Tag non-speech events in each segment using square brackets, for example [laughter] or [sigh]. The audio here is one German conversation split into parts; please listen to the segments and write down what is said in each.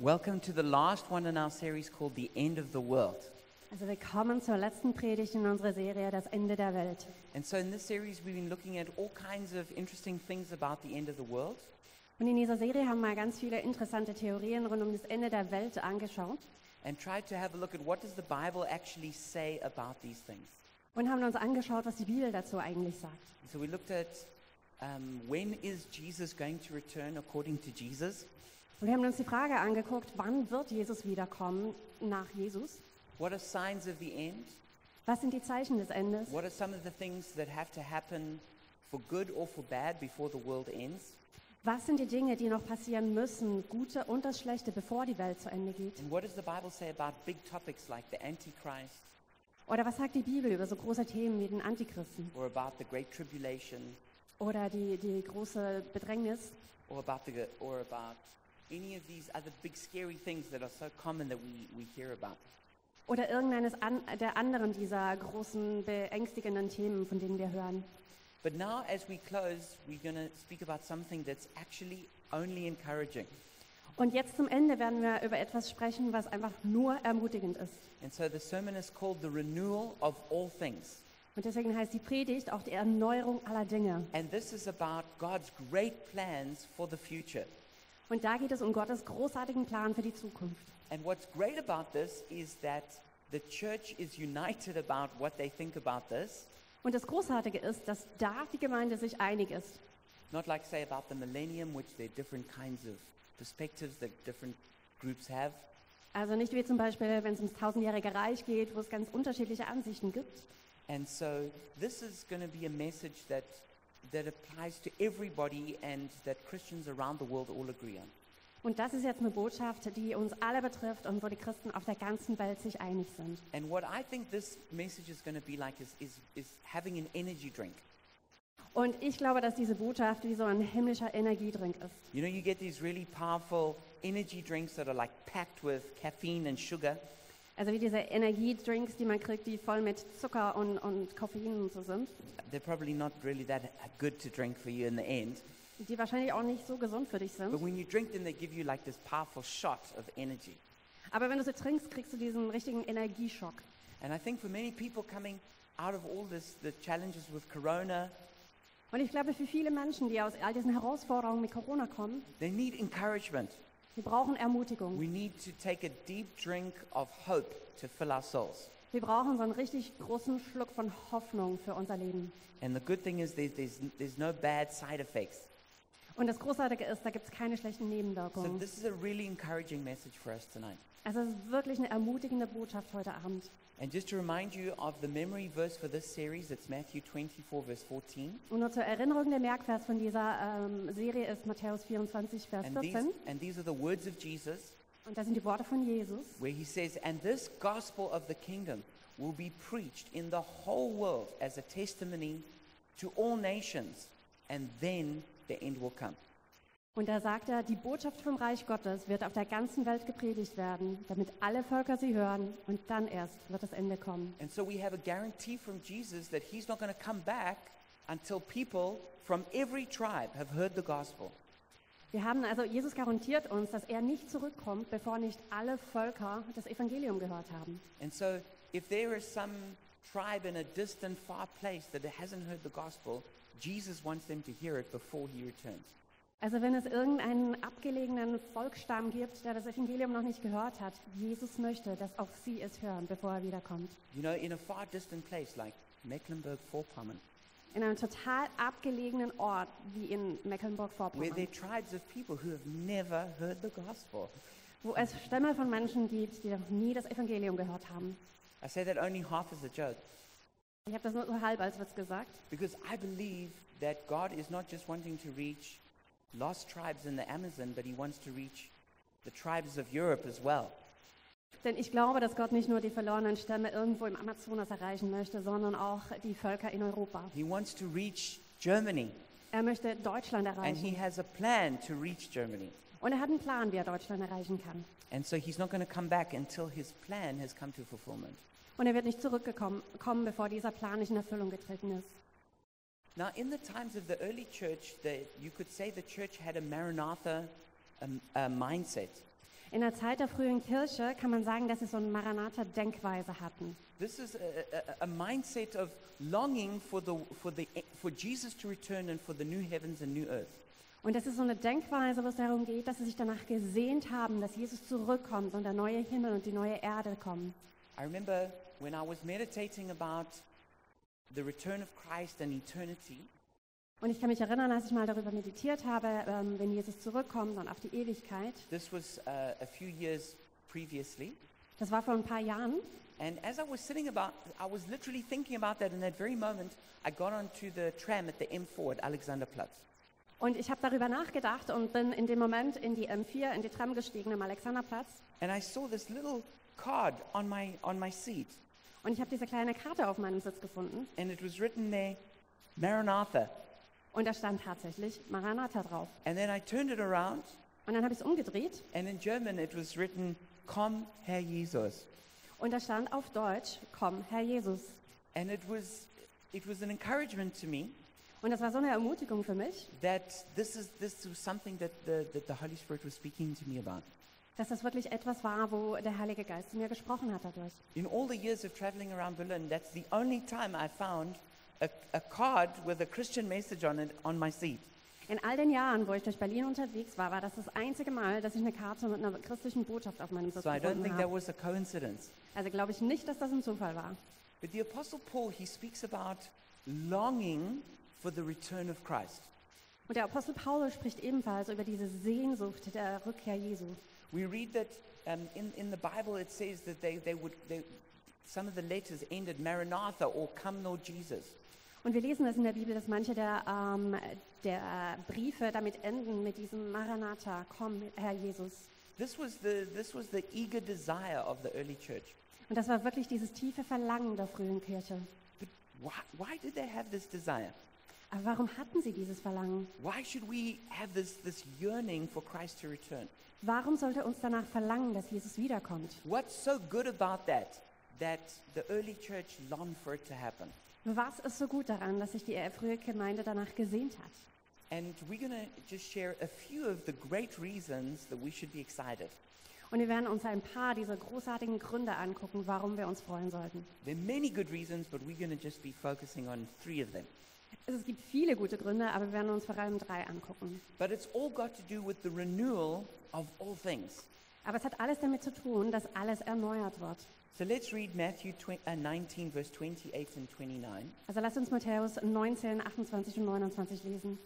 Welcome to the last one in our series called The End of the World. Also willkommen zur letzten Predigt in unserer Serie Das Ende der Welt. And so, in this series, we've been looking at all kinds of interesting things about the end of the world. Und in dieser Serie haben wir ganz viele interessante Theorien rund um das Ende der Welt angeschaut and tried to have a look at what does the Bible actually say about these things. und haben uns angeschaut, was die Bibel dazu eigentlich sagt. And so we looked at um, when is Jesus going to return according to Jesus? Und wir haben uns die Frage angeguckt, wann wird Jesus wiederkommen nach Jesus? What are signs of the end? Was sind die Zeichen des Endes? What are some of the things that have to happen for good or for bad before the world ends? Was sind die Dinge, die noch passieren müssen, gute und das Schlechte, bevor die Welt zu Ende geht? And what does the Bible say about big topics like the Antichrist Oder was sagt die Bibel über so große Themen wie den Antichristen or about the Great Tribulation oder die, die große Bedrängnis or about, the, or about any of these other big scary things that are so common that we, we hear about? oder irgendeines an, der anderen dieser großen beängstigenden Themen, von denen wir hören? But now, as we close, we're going to speak about something that's actually only encouraging. Und jetzt zum Ende werden wir über etwas sprechen, was einfach nur ermutigend ist. And so the sermon is called The Renewal of All Things. Und deswegen heißt die Predigt auch die Erneuerung aller Dinge. And this is about God's great plans for the future. Und da geht es um Gottes großartigen Plan für die Zukunft. And what's great about this is that the church is united about what they think about this, Und das Großartige ist, dass da die Gemeinde sich einig ist. not like, say, about the millennium, which there are different kinds of perspectives that different groups have. Also nicht wie zum Beispiel, wenn es ums tausendjährige Reich geht, wo es ganz unterschiedliche Ansichten gibt. And so this is going to be a message that, that applies to everybody and that Christians around the world all agree on. Und das ist jetzt eine Botschaft, die uns alle betrifft und wo die Christen auf der ganzen Welt sich einig sind. And what I think this message is going to be like is, is, is having an energy drink. Und ich glaube, dass diese Botschaft wie so ein himmlischer Energiedrink ist. You know, you get these really powerful energy drinks that are like packed with caffeine and sugar. Also wie diese Energiedrinks, die man kriegt, die voll mit Zucker und, und Koffein und so sind, They're probably not really that good to drink for you in the end. die wahrscheinlich auch nicht so gesund für dich But sind. when you drink them, they give you like this powerful shot of energy. Aber wenn du sie trinkst, kriegst du diesen richtigen Energieschock. And I think for many people coming out of all this, the challenges with Corona, Und ich glaube, für viele Menschen, die aus all diesen Herausforderungen mit Corona kommen, they need encouragement. wir brauchen Ermutigung. We need to take a deep drink of hope to fill our souls. Wir brauchen so einen richtig großen Schluck von Hoffnung für unser Leben. And the good thing is there's, there's, there's no bad side effects. Und das Großartige ist, da gibt es keine schlechten So Nebenwirkungen. this is a really encouraging message for us tonight. Also es ist wirklich eine ermutigende Botschaft heute Abend. And just to remind you of the memory verse for this series, it's Matthew 24, verse 14. Und nur zur Erinnerung, der Merkvers von dieser ähm, Serie ist Matthäus 24, Vers And these, 14. and these are the words of Jesus, Und das sind die Worte von Jesus. where he says, And this gospel of the kingdom will be preached in the whole world as a testimony to all nations, and then the end will come. Und da sagt er, die Botschaft vom Reich Gottes wird auf der ganzen Welt gepredigt werden, damit alle Völker sie hören. Und dann erst wird das Ende kommen. And so we have a guarantee from Jesus that he's not going to come back until people from every tribe have heard the gospel. Wir haben also, Jesus garantiert uns, dass er nicht zurückkommt, bevor nicht alle Völker das Evangelium gehört haben. And so if there is some tribe in a distant, far place that hasn't heard the gospel, Jesus wants them to hear it before he returns. Also wenn es irgendeinen abgelegenen Volksstamm gibt, der das Evangelium noch nicht gehört hat, Jesus möchte, dass auch sie es hören, bevor er wiederkommt. You know, in a far distant place like Mecklenburg-Vorpommern, In einem total abgelegenen Ort wie in where there Mecklenburg-Vorpommern, are tribes of people who have never heard the gospel. wo es Stämme von Menschen gibt, die noch nie das Evangelium gehört haben. I say that only half as a joke Ich habe das nur so halb als Witz gesagt, because I believe that God is not just wanting to reach lost tribes in the Amazon, but he wants to reach the tribes of Europe as well. denn ich glaube, dass Gott nicht nur die verlorenen Stämme irgendwo im Amazonas erreichen möchte, sondern auch die Völker in Europa. He wants to reach Germany, Er möchte Deutschland and he erreichen. has a plan to reach Germany. Und er hat einen Plan, wie er Deutschland erreichen kann. And so he's not going to come back until his plan has come to fulfillment. Und er wird nicht zurückgekommen, kommen, bevor dieser Plan nicht in Erfüllung getreten ist. Now, in the times of the early church, the, you could say the church had a Maranatha um, uh, mindset. In der Zeit der frühen Kirche kann man sagen, dass sie so eine Maranatha-Denkweise hatten. This is a, a, a mindset of longing for, the, for, the, for Jesus to return and for the new heavens and new earth. Und das ist so eine Denkweise, wo es darum geht, dass sie sich danach gesehnt haben, dass Jesus zurückkommt und der neue Himmel und die neue Erde kommen. I remember when I was meditating about the return of Christ and eternity, Und ich kann mich erinnern, als ich mal darüber meditiert habe, ähm, wenn Jesus zurückkommt und auf die Ewigkeit. this was uh, a few years previously, Das war vor ein paar Jahren. and as I was sitting about, I was literally thinking about that in that very moment, I got onto the tram at the M4 at Alexanderplatz. Und ich habe darüber nachgedacht und bin in dem Moment in die M4, in die Tram gestiegen am Alexanderplatz. And I saw this little card on my, on my seat, Und ich habe diese kleine Karte auf meinem Sitz gefunden. and it was written there, Maranatha. Und da stand tatsächlich Maranatha drauf. And then I turned it around, Und dann habe ich es umgedreht and in German it was written, Komm, Herr Jesus. und da stand auf Deutsch, komm, Herr Jesus. And it was, it was an encouragement to me Und das war so eine Ermutigung für mich, that this, is, this was something that the, that the Holy Spirit was speaking to me about. dass das wirklich etwas war, wo der Heilige Geist zu mir gesprochen hat dadurch. In all the years of traveling around Berlin, that's the only time I found a, a card with a Christian message on it on my seat. In all den Jahren, wo ich durch Berlin unterwegs war, war das das einzige Mal, dass ich eine Karte mit einer christlichen Botschaft auf meinem Sitz So I don't gefunden think that habe. was a coincidence. Also glaube ich nicht, dass das ein Zufall war. But the Apostle Paul, he speaks about longing for the return of Christ. Und der Apostel Paulus spricht ebenfalls über diese Sehnsucht der Rückkehr Jesu. We read that um, in, in the Bible it says that they, they would, they, some of the letters ended Maranatha or Come Lord Jesus. Und wir lesen das in der Bibel, dass manche der, ähm, der Briefe damit enden mit diesem Maranatha, komm, Herr Jesus. This was, the, this was the eager desire of the early church. Und das war wirklich dieses tiefe Verlangen der frühen Kirche. But why, why did they have this desire? Aber warum hatten sie dieses Verlangen? Why should we have this, this yearning for Christ to return? Warum sollte uns danach verlangen, dass Jesus wiederkommt? What's so good about that that the early church longed for it to happen? Was ist so gut daran, dass sich die frühe Gemeinde danach gesehnt hat? And we're going to just share a few of the great reasons that we should be excited. Und wir werden uns ein paar dieser großartigen Gründe angucken, warum wir uns freuen sollten. There are many good reasons, but we're going to just be focusing on three of them. Also Es gibt viele gute Gründe, aber wir werden uns vor allem drei angucken. But it's all got to do with the renewal of all things. Aber es hat alles damit zu tun, dass alles erneuert wird. So let's read Matthew 20, uh, 19, verse 28 and 29. Also lasst uns Matthäus 19, 28 und 29 lesen.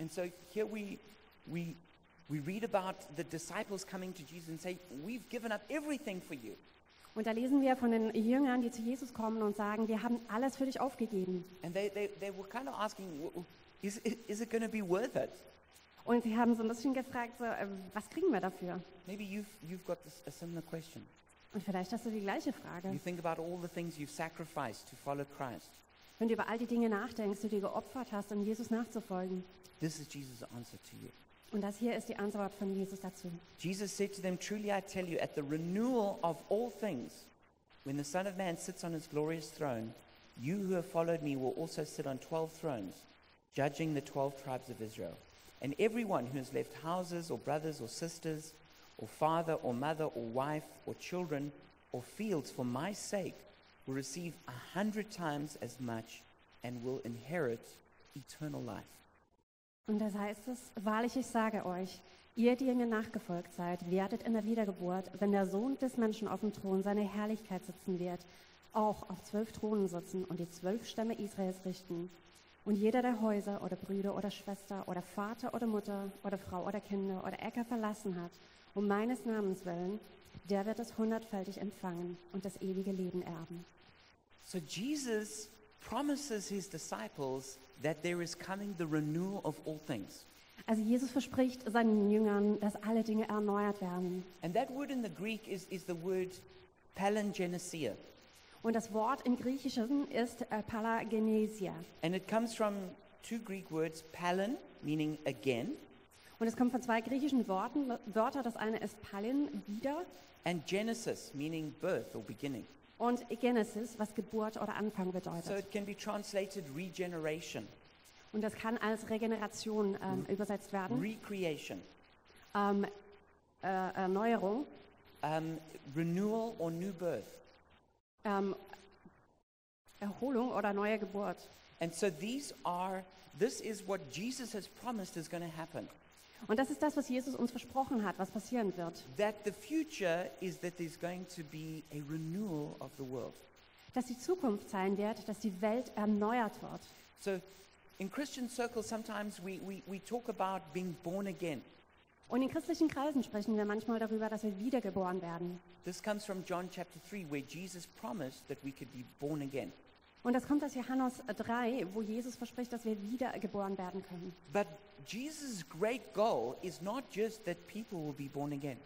And so here we, we, we read about the disciples coming to Jesus and say, We've given up everything for you. Und da lesen wir von den Jüngern, die zu Jesus kommen und sagen, wir haben alles für dich aufgegeben. And they, they, they were kind of asking, "W- w- Is, it- is it going to be worth it? Und sie haben so ein bisschen gefragt, so, äh, was kriegen wir dafür? Maybe you've, you've got this, a similar question. Und vielleicht hast du die gleiche Frage. You think about all the things you've sacrificed to follow Christ. Wenn du über all die Dinge nachdenkst, die du geopfert hast, um Jesus nachzufolgen. This is Jesus' answer to you. Und das hier ist die Antwort von Jesus dazu. Jesus said to them, Truly I tell you, at the renewal of all things, when the Son of Man sits on his glorious throne, you who have followed me will also sit on 12 thrones, judging the 12 tribes of Israel. And everyone who has left houses or brothers or sisters or father or mother or wife or children or fields for my sake will receive a hundred times as much and will inherit eternal life. Und das heißt es, wahrlich ich sage euch, ihr, die ihr mir nachgefolgt seid, werdet in der Wiedergeburt, wenn der Sohn des Menschen auf dem Thron seiner Herrlichkeit sitzen wird, auch auf zwölf Thronen sitzen und die zwölf Stämme Israels richten. Und jeder, der Häuser oder Brüder oder Schwester oder Vater oder Mutter oder Frau oder Kinder oder Äcker verlassen hat, um meines Namens willen, der wird es hundertfältig empfangen und das ewige Leben erben. So Jesus promises his disciples that there is coming the renewal of all things. Also Jesus verspricht seinen Jüngern, dass alle Dinge erneuert werden. And that word in the Greek is, is the word palingenesia. Und das Wort im Griechischen ist äh, Palagenesia. And it comes from two Greek words, palin, meaning again, Und es kommt von zwei griechischen Worten, Wörter. Das eine ist Palin, wieder, and genesis, meaning birth or beginning. und Genesis, was Geburt oder Anfang So bedeutet. it can be translated regeneration, Und Hmm. das kann als Regeneration ähm, übersetzt werden, recreation. ähm, äh, Erneuerung, Um, renewal or new birth. ähm, Erholung oder neue Geburt. And so these are, this is what Jesus has promised is going to happen. Und das ist das, was Jesus uns versprochen hat, was passieren wird. That the future is that there's going to be a renewal of the world. Dass die Zukunft sein wird, dass die Welt erneuert wird. So in Christian circles, sometimes we, we, we talk about being born again. Und in christlichen Kreisen sprechen wir manchmal darüber, dass wir wiedergeboren werden. This comes from John chapter 3, where Jesus promised that we could be born again. Und das kommt aus Johannes 3, wo Jesus verspricht, dass wir wiedergeboren werden können. But Jesus' great goal is not just that people will be born again,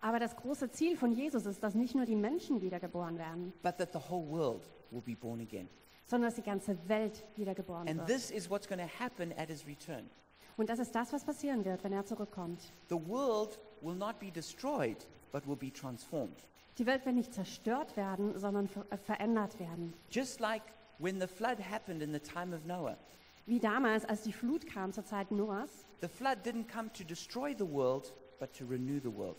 Aber das große Ziel von Jesus ist, dass nicht nur die Menschen wiedergeboren werden, but that the whole world will be born again. sondern dass die ganze Welt wiedergeboren And wird. this is what's going to happen at his return. Und das ist das, was passieren wird, wenn er zurückkommt. The world will not be destroyed, but will be transformed. Die Welt wird nicht zerstört werden, sondern ver äh, verändert werden. Just like when the flood happened in the time of Noah, Wie damals, als die Flut kam zur Zeit Noahs, the flood didn't come to destroy the world, but to renew the world.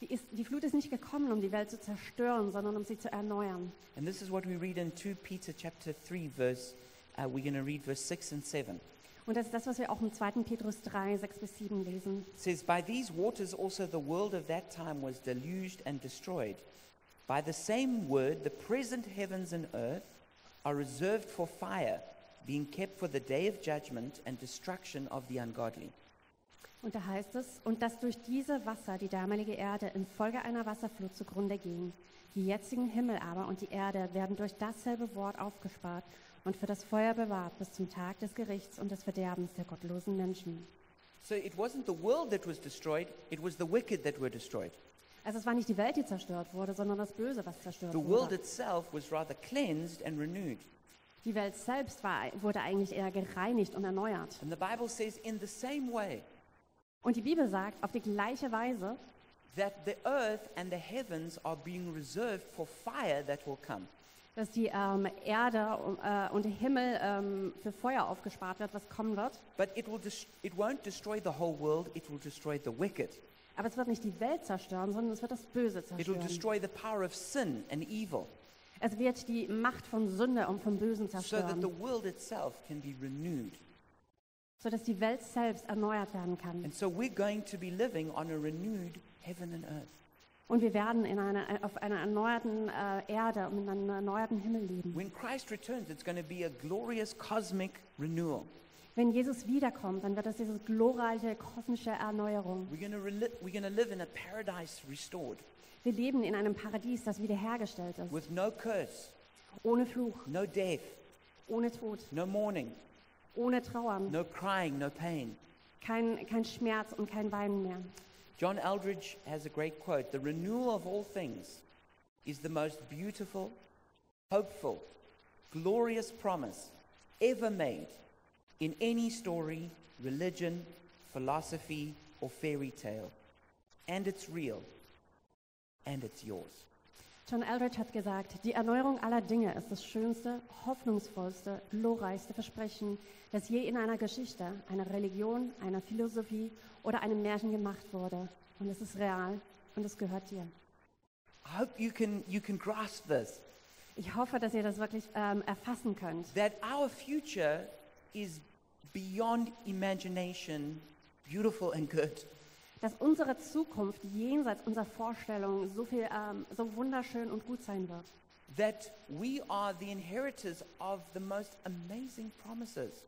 die, ist, die Flut ist nicht gekommen, um die Welt zu zerstören, sondern um sie zu erneuern. And this is what we read in 2 Peter chapter 3 verse uh, we're going to read verse 6 and 7. Und das ist das, was wir auch im 2. Petrus 3, 6 bis 7 lesen. It says by these waters also the world of that time was deluged and destroyed. By the same word the present heavens and earth are reserved for fire, being kept for the day of judgment and destruction of the ungodly. Und da heißt es, und dass durch diese Wasser die damalige Erde infolge einer Wasserflut zugrunde ging. Die jetzigen Himmel aber und die Erde werden durch dasselbe Wort aufgespart und für das Feuer bewahrt bis zum Tag des Gerichts und des Verderbens der gottlosen Menschen. So it wasn't the world that was destroyed, it was the wicked that were destroyed. Also es war nicht die Welt, die zerstört wurde, sondern das Böse, was zerstört The world wurde. itself was rather cleansed and renewed. Die Welt selbst war, wurde eigentlich eher gereinigt und erneuert. And the Bible says, in the same way Und die Bibel sagt, auf die gleiche Weise that the earth and the heavens are being reserved for fire that will come. dass die ähm, Erde um, äh, und der Himmel ähm, für Feuer aufgespart wird, was kommen wird. But it, will dis- it won't destroy the whole world, it will destroy the wicked. Aber es wird nicht die Welt zerstören, sondern es wird das Böse It will zerstören. destroy the power of sin and evil Es wird die Macht von Sünde und vom Bösen so that the zerstören, world itself can be renewed. sodass die Welt selbst erneuert werden kann. And so we're going to be living on a renewed heaven and earth. Und wir werden in einer, auf einer erneuerten äh, Erde und in einem erneuerten Himmel leben. When Christ returns, it's going to be a glorious cosmic renewal. Wenn Jesus wiederkommt, dann wird es diese glorreiche kosmische Erneuerung. We're going to, reli- we're going to live in a paradise restored Wir leben in einem Paradies, das wiederhergestellt ist, with no curse, ohne Fluch, no death, ohne Tod, no mourning, ohne Trauern, no crying, no pain. kein, kein Schmerz und kein Weinen mehr. John Eldridge has a great quote The renewal of all things is the most beautiful, hopeful, glorious promise ever made in any story, religion, philosophy, or fairy tale. And it's real, and it's yours. John Eldridge hat gesagt, die Erneuerung aller Dinge ist das schönste, hoffnungsvollste, glorreichste Versprechen, das je in einer Geschichte, einer Religion, einer Philosophie oder einem Märchen gemacht wurde. Und es ist real und es gehört dir. I hope you can, you can grasp this. Ich hoffe, dass ihr das wirklich ähm, erfassen könnt, that our future is beyond imagination, beautiful and good. dass unsere Zukunft jenseits unserer Vorstellungen so viel, ähm, so wunderschön und gut sein wird. That we are the inheritors of the most amazing promises.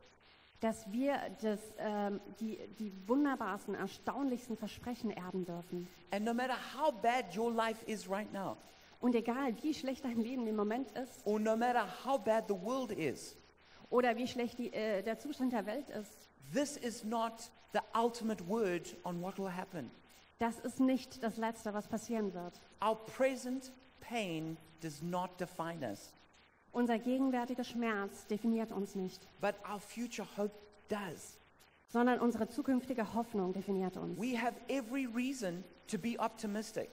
Dass wir das, ähm, die, die wunderbarsten, erstaunlichsten Versprechen erben dürfen. And no matter how bad your life is right now, Und egal, wie schlecht dein Leben im Moment ist, or no matter how bad the world is, oder wie schlecht die, äh, der Zustand der Welt ist. this is not the ultimate word on what will happen. Das ist nicht das Letzte, was passieren wird. Our present pain does not define us, Unser gegenwärtiger Schmerz definiert uns nicht, but our future hope does. sondern unsere zukünftige Hoffnung definiert uns. We have every reason to be optimistic.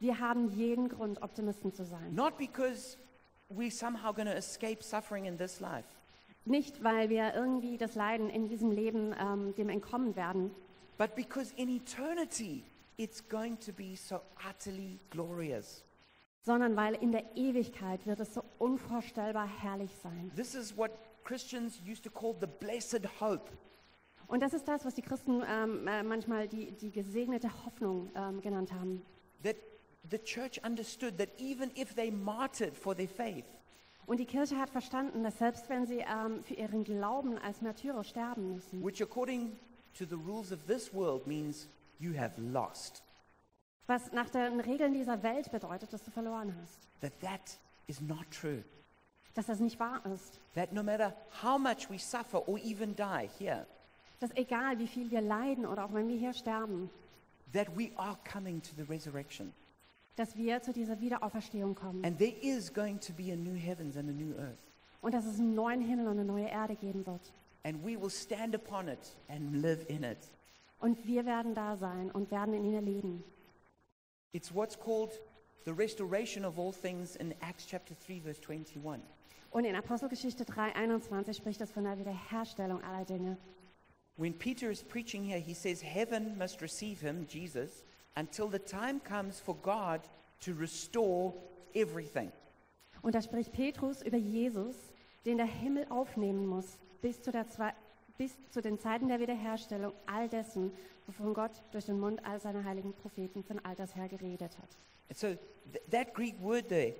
Wir haben jeden Grund, Optimisten zu sein. Not because we're somehow going to escape suffering in this life, Nicht, weil wir irgendwie das Leiden in diesem Leben ähm, dem entkommen werden, but because in eternity It's going to be so utterly glorious. sondern weil in der Ewigkeit wird es so unvorstellbar herrlich sein. This is what Christians used to call the blessed hope. Und das ist das, was die Christen ähm, äh, manchmal die, die gesegnete Hoffnung ähm, genannt haben. That the church understood that even if they martyred for their faith, Und die Kirche hat verstanden, dass selbst wenn sie ähm, für ihren Glauben als Märtyrer sterben müssen, which according to the rules of this world means you have lost, was nach den Regeln dieser Welt bedeutet, dass du verloren hast, that that is not true. dass das nicht wahr ist, That no matter how much we suffer or even die here, dass egal wie viel wir leiden oder auch wenn wir hier sterben, that we are coming to the resurrection. dass wir zu dieser Wiederauferstehung kommen And there is going to be a new heavens and a new earth. und dass es einen neuen Himmel und eine neue Erde geben wird. And we will stand upon it and live in it. Und wir werden da sein und werden in ihnen leben. It's what's called the restoration of all things in Acts chapter 3, verse 21. Und in Apostelgeschichte 3, 21 spricht es von der Wiederherstellung aller Dinge. When Peter is preaching here, he says, Heaven must receive him, Jesus, until the time comes for God to restore everything. Und da spricht Petrus über Jesus, den der Himmel aufnehmen muss, bis zu, der Zwe bis zu den Zeiten der Wiederherstellung all dessen, wovon Gott durch den Mund all seiner heiligen Propheten von alters her geredet hat. And so th- that Greek word there,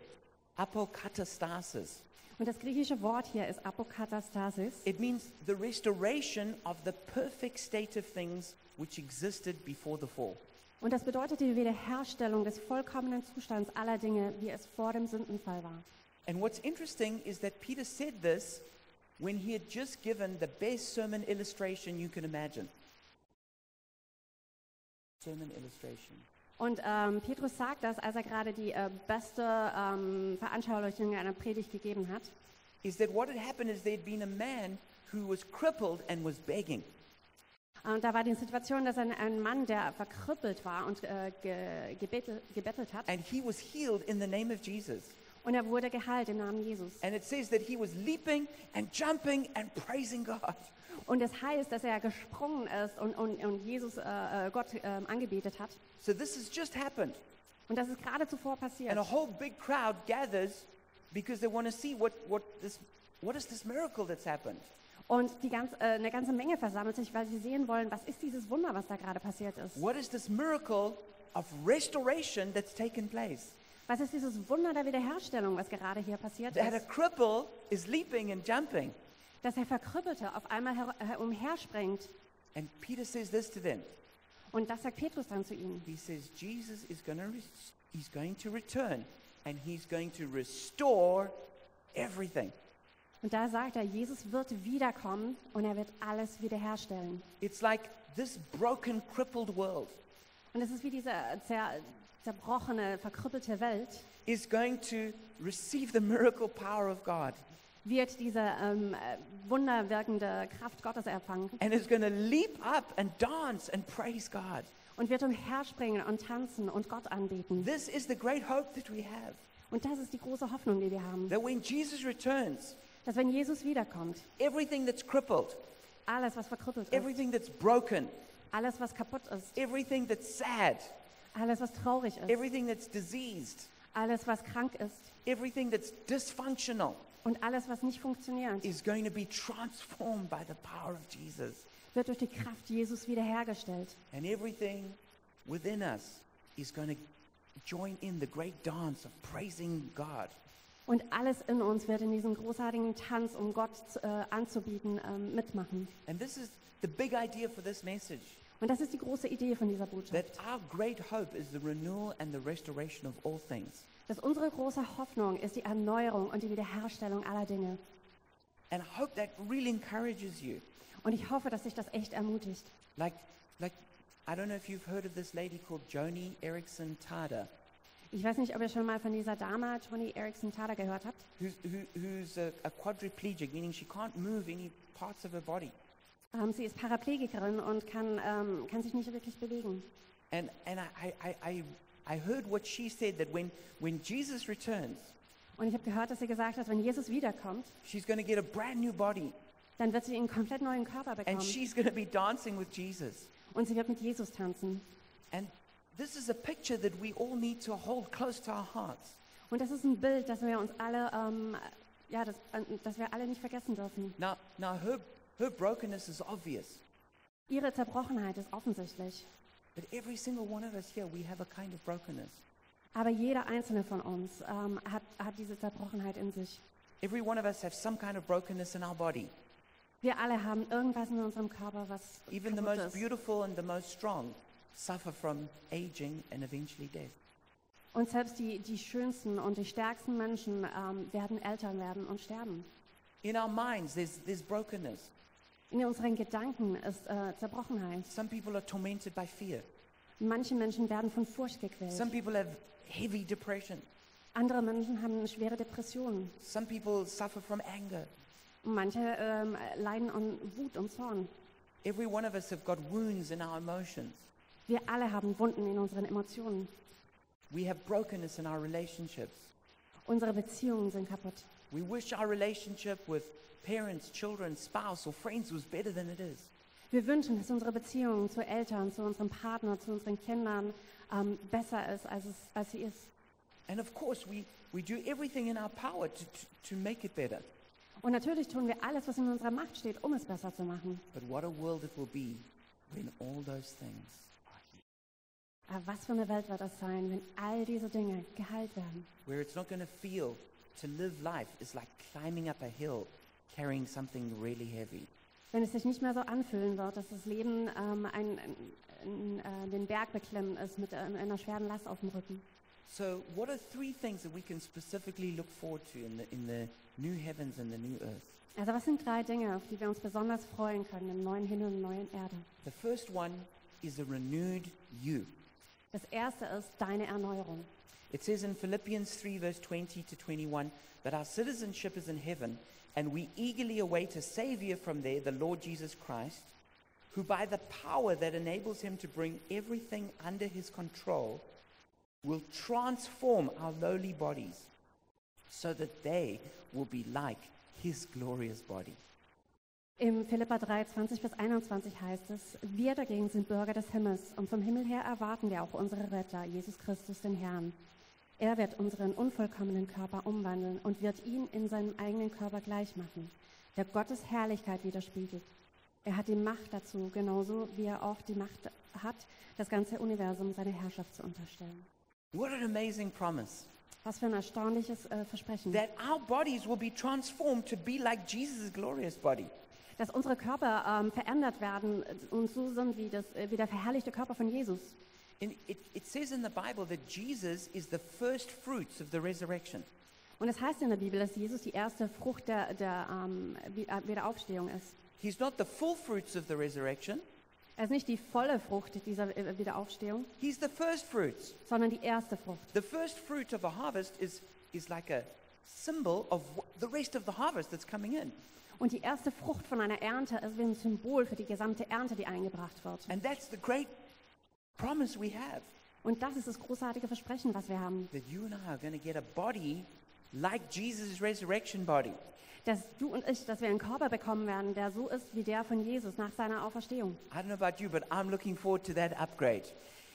apokatastasis, Und das griechische Wort hier ist Apokatastasis. it means the restoration of the perfect state of things which existed before the fall. Und das bedeutet die Wiederherstellung des vollkommenen Zustands aller Dinge, wie es vor dem Sündenfall war. And what's interesting is that Peter said this when he had just given the best sermon illustration you can imagine. Sermon illustration. Und ähm, Petrus sagt das, als er gerade die äh, beste ähm, Veranschaulichung einer Predigt gegeben hat. Is that what had happened is there'd been a man who was crippled and was begging. Und Äh, da war die Situation, dass ein, ein Mann, der verkrüppelt war und äh, ge, gebettelt, gebettelt hat, And he was healed in the name of Jesus. und er wurde geheilt im Namen Jesus. And it says that he was leaping and jumping and praising God. Und es heißt, dass er gesprungen ist und, und, und Jesus, äh, äh, Gott äh, angebetet hat. So this has just happened. Und das ist gerade zuvor And passiert. a whole big crowd gathers because they want to see what, what, this, what is this miracle that's happened. Und die ganz, äh, eine ganze Menge versammelt sich, weil sie sehen wollen, was ist dieses Wunder, was da gerade passiert ist. What is this miracle of restoration that's taken place? Was ist dieses Wunder der Wiederherstellung, was gerade hier passiert That a ist? cripple is leaping and jumping. Dass der Verkrüppelte auf einmal her her- umherspringt. And Peter says this to them. Und das sagt Petrus dann zu ihnen. He says, Jesus is going to, re- he's going to return and he's going to restore everything. Und da sagt er, Jesus wird wiederkommen und er wird alles wiederherstellen. It's like this broken, crippled world Und es ist wie diese äh, zer zerbrochene, verkrüppelte Welt, is going to receive the miracle power of God wird diese ähm, äh, wunderwirkende Kraft Gottes erfangen and is going to leap up and dance and praise God. und wird umherspringen und tanzen und Gott anbeten. This is the great hope that we have Und das ist die große Hoffnung, die wir haben, that when Jesus returns, dass wenn Jesus wiederkommt, everything that's crippled, alles, was verkrüppelt ist, Everything that's broken, alles, was kaputt ist, everything that's sad, alles, was traurig ist, everything that's diseased, alles, was krank ist everything that's dysfunctional und alles, was nicht funktioniert, is going to be transformed by the power of Jesus. wird durch die Kraft Jesus wiederhergestellt. And everything within us is going to join in the great dance of praising God. Und alles in uns wird in diesem großartigen Tanz, um Gott äh, anzubieten, ähm, mitmachen. And this is the big idea for this message Und das ist die große Idee von dieser Botschaft. that our great hope is the renewal and the restoration of all things. Dass unsere große Hoffnung ist die Erneuerung und die Wiederherstellung aller Dinge. And I hope that really encourages you. Und ich hoffe, dass sich das echt ermutigt. Like, like, I don't know if you've heard of this lady called Joni Erickson Tada. Ich weiß nicht, ob ihr schon mal von dieser Dame, Johnny Erickson Tada, gehört habt. who's, who, who's a, a quadriplegic, meaning she can't move any parts of her body. Ähm, sie ist Paraplegikerin und kann, ähm, kann sich nicht wirklich bewegen. And, and I, I- I, I, I heard what she said that when, when Jesus returns, Und ich habe gehört, dass sie gesagt hat, wenn Jesus wiederkommt, she's going to get a brand new body dann wird sie einen komplett neuen Körper and bekommen. she's going to be dancing with Jesus. Und sie wird mit Jesus tanzen. And This is a picture that we all need to hold close to our hearts. Und das ist ein Bild, das wir uns alle, ähm, ja, das, äh, das wir alle nicht vergessen dürfen. Now, now her, her brokenness is obvious, Ihre Zerbrochenheit ist offensichtlich. but every single one of us here, we have a kind of brokenness. Aber jeder einzelne von uns ähm, hat, hat diese Zerbrochenheit in sich. Every one of us have some kind of brokenness in our body, Wir alle haben irgendwas in unserem Körper, was even the kaputt most ist. beautiful and the most strong suffer from aging and eventually death. Und selbst die, die schönsten und die stärksten Menschen ähm, werden Eltern werden und sterben. In our minds, there's, there's brokenness. In unseren Gedanken ist äh, Zerbrochenheit. Some people are tormented by fear. Manche Menschen werden von Furcht gequält. Some people have heavy depression. Andere Menschen haben schwere Depressionen. Some people suffer from anger. Und Manche ähm, leiden an Wut und Zorn. Every one of us have got wounds in our emotions. Wir alle haben Wunden in unseren Emotionen. We have brokenness in our relationships. Unsere Beziehungen sind kaputt. We wish our relationship with parents, children, spouse, or friends was better than it is. Wir wünschen, dass unsere Beziehung zu Eltern, zu unserem Partner, zu unseren Kindern ähm, besser ist, als, es, als sie ist. And of course, we, we do everything in our power to, to, to make it better. Und natürlich tun wir alles, was in unserer Macht steht, um es besser zu machen. But what a world it will be when all those things are healed. Aber was für eine Welt wird das sein, wenn all diese Dinge geheilt werden? Where it's not going to feel to live life is like climbing up a hill carrying something really heavy. Wenn es sich nicht mehr so anfühlen wird, dass das Leben ähm, ein, ein, ein, äh, den Berg beklemmen ist mit ähm, einer schweren Last auf dem Rücken. So, what are three things that we can specifically look forward to in the, in the new heavens and the new earth? Also was sind drei Dinge, auf die wir uns besonders freuen können im neuen Himmel und neuen Erde? The first one is a renewed you. Das erste ist deine Erneuerung. It says in Philippians 3, verse 20 to 21, that our citizenship is in heaven, and we eagerly await a Savior from there, the Lord Jesus Christ, who by the power that enables him to bring everything under his control will transform our lowly bodies so that they will be like his glorious body. Im Philippa 3, 20 bis 21 heißt es, wir dagegen sind Bürger des Himmels und vom Himmel her erwarten wir auch unsere Retter, Jesus Christus, den Herrn. Er wird unseren unvollkommenen Körper umwandeln und wird ihn in seinem eigenen Körper gleich machen, der Gottes Herrlichkeit widerspiegelt. Er hat die Macht dazu, genauso wie er auch die Macht hat, das ganze Universum seiner Herrschaft zu unterstellen. What an amazing promise! Was für ein erstaunliches äh, Versprechen, That our bodies will be transformed to be like Jesus' glorious body. dass unsere Körper ähm, verändert werden äh, und so sind wie, das, äh, wie der verherrlichte Körper von Jesus. In, it, it says in the Bible that Jesus is the first fruits of the resurrection. Und es heißt in der Bibel, dass Jesus die erste Frucht der, der ähm, Wie- äh, Wiederaufstehung ist. He's not the full fruits of the resurrection, Er ist nicht die volle Frucht dieser äh, Wiederaufstehung, he's the first fruits. sondern die erste Frucht. The first fruit of a harvest is, is like a symbol of wh- the rest of the harvest that's coming in. Und die erste Frucht von einer Ernte ist wie ein Symbol für die gesamte Ernte, die eingebracht wird. And that's the great promise we have Und das ist das großartige Versprechen, was wir haben, that you and I are going to get a body like Jesus' resurrection body. dass du und ich, dass wir einen Körper bekommen werden, der so ist wie der von Jesus nach seiner Auferstehung. I don't know about you, but I'm looking forward to that upgrade.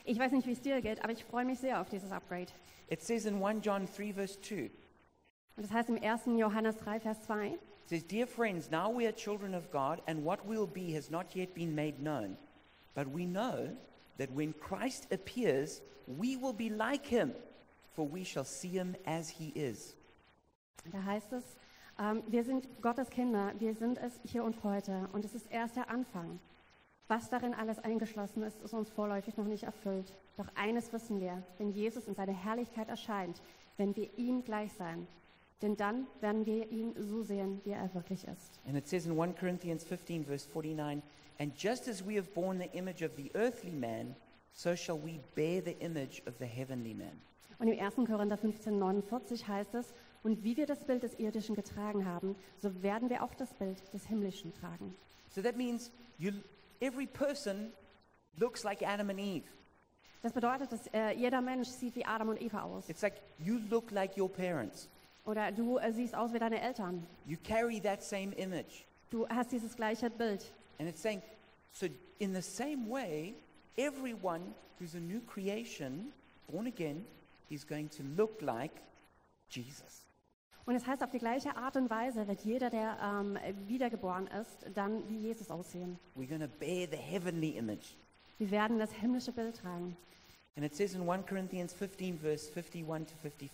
Ich weiß nicht, wie es dir geht, aber ich freue mich sehr auf dieses Upgrade. It says in 1 John 3, verse 2. Und das heißt im 1. Johannes 3, Vers 2, It says, Dear friends, now we are children of God, and what we'll be has not yet been made known. But we know that when Christ appears, we will be like him, for we shall see him as he is. Da heißt es, ähm, wir sind Gottes Kinder, wir sind es hier und heute und es ist erst der Anfang. Was darin alles eingeschlossen ist, ist uns vorläufig noch nicht erfüllt. Doch eines wissen wir, wenn Jesus in seiner Herrlichkeit erscheint, werden wir ihm gleich sein. Denn dann werden wir ihn so sehen, wie er wirklich ist. And it says in 1 Corinthians 15, verse 49, And just as we have borne the image of the earthly man, so shall we bear the image of the heavenly man. Und im 1. Korinther 15, 49 heißt es, und wie wir das Bild des Irdischen getragen haben, so werden wir auch das Bild des Himmlischen tragen. So that means you, every person looks like Adam and Eve. Das bedeutet, dass äh, jeder Mensch sieht wie Adam und Eva aus. It's like you look like your parents. Oder du äh, siehst aus wie deine Eltern. You carry that same image. Du hast dieses gleiche Bild. And it's saying, so in the same way, everyone who's a new creation, born again, is going to look like Jesus. Und es heißt, auf die gleiche Art und Weise wird jeder, der ähm, wiedergeboren ist, dann wie Jesus aussehen. We're going to bear the heavenly image. Wir werden das himmlische Bild tragen. And it says in 1 Corinthians 15, verse 51 to 55,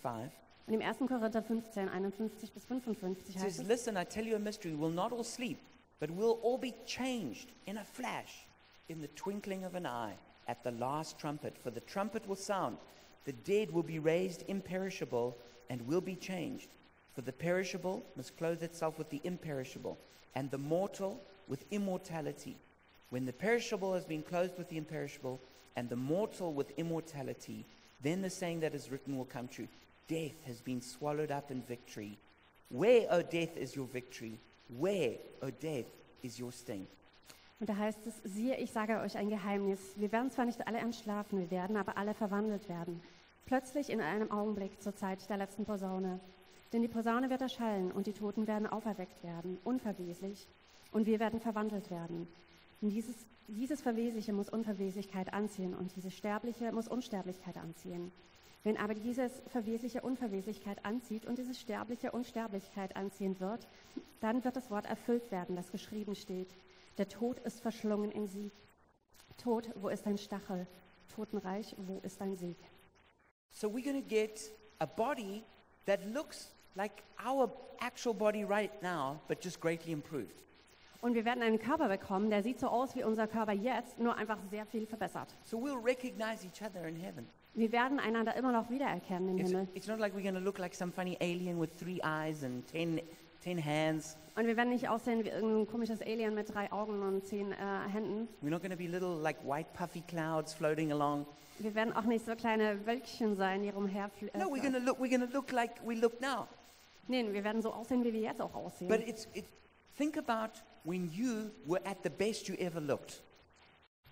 Und im 1. Korinther 15, 51 bis 55 it says, heißt es, Listen, I tell you a mystery. We'll not all sleep, but we'll all be changed in a flash, in the twinkling of an eye, at the last trumpet. For the trumpet will sound, the dead will be raised imperishable, and will be changed. For the perishable must clothe itself with the imperishable, and the mortal with immortality. When the perishable has been clothed with the imperishable, and the mortal with immortality, then the saying that is written will come true Death has been swallowed up in victory. Where, O death, is your victory? Where, O death, is your sting? und da heißt es, siehe, ich sage euch ein Geheimnis. Wir werden zwar nicht alle entschlafen, wir werden aber alle verwandelt werden. Plötzlich in einem Augenblick zur Zeit der letzten Posaune. Denn die Posaune wird erschallen und die Toten werden auferweckt werden, unverweslich. Und wir werden verwandelt werden. Und dieses, dieses Verwesliche muss Unverweslichkeit anziehen und dieses Sterbliche muss Unsterblichkeit anziehen. Wenn aber dieses verwesliche Unverweslichkeit anzieht und dieses sterbliche Unsterblichkeit anziehen wird, dann wird das Wort erfüllt werden, das geschrieben steht. Der Tod ist verschlungen in Sieg. Tod, wo ist dein Stachel? Totenreich, wo ist dein Sieg? So we're going to get a body that looks like our actual body right now, but just greatly improved. Und wir werden einen Körper bekommen, der sieht so aus wie unser Körper jetzt, nur einfach sehr viel verbessert. So we'll recognize each other in heaven. Wir werden einander immer noch wiedererkennen im It's, Himmel. it's not like we're going to look like some funny alien with three eyes and ten, ten hands. Und wir werden nicht aussehen wie irgendein komisches Alien mit drei Augen und zehn äh, Händen. We're not going to be little like white puffy clouds floating along. Wir werden auch nicht so kleine Wölkchen sein, die äh, rumherfliegen. No, we're going to look. We're going to look like we look now. Nein, wir werden so aussehen, wie wir jetzt auch aussehen. But it's it. Think about when you were at the best you ever looked.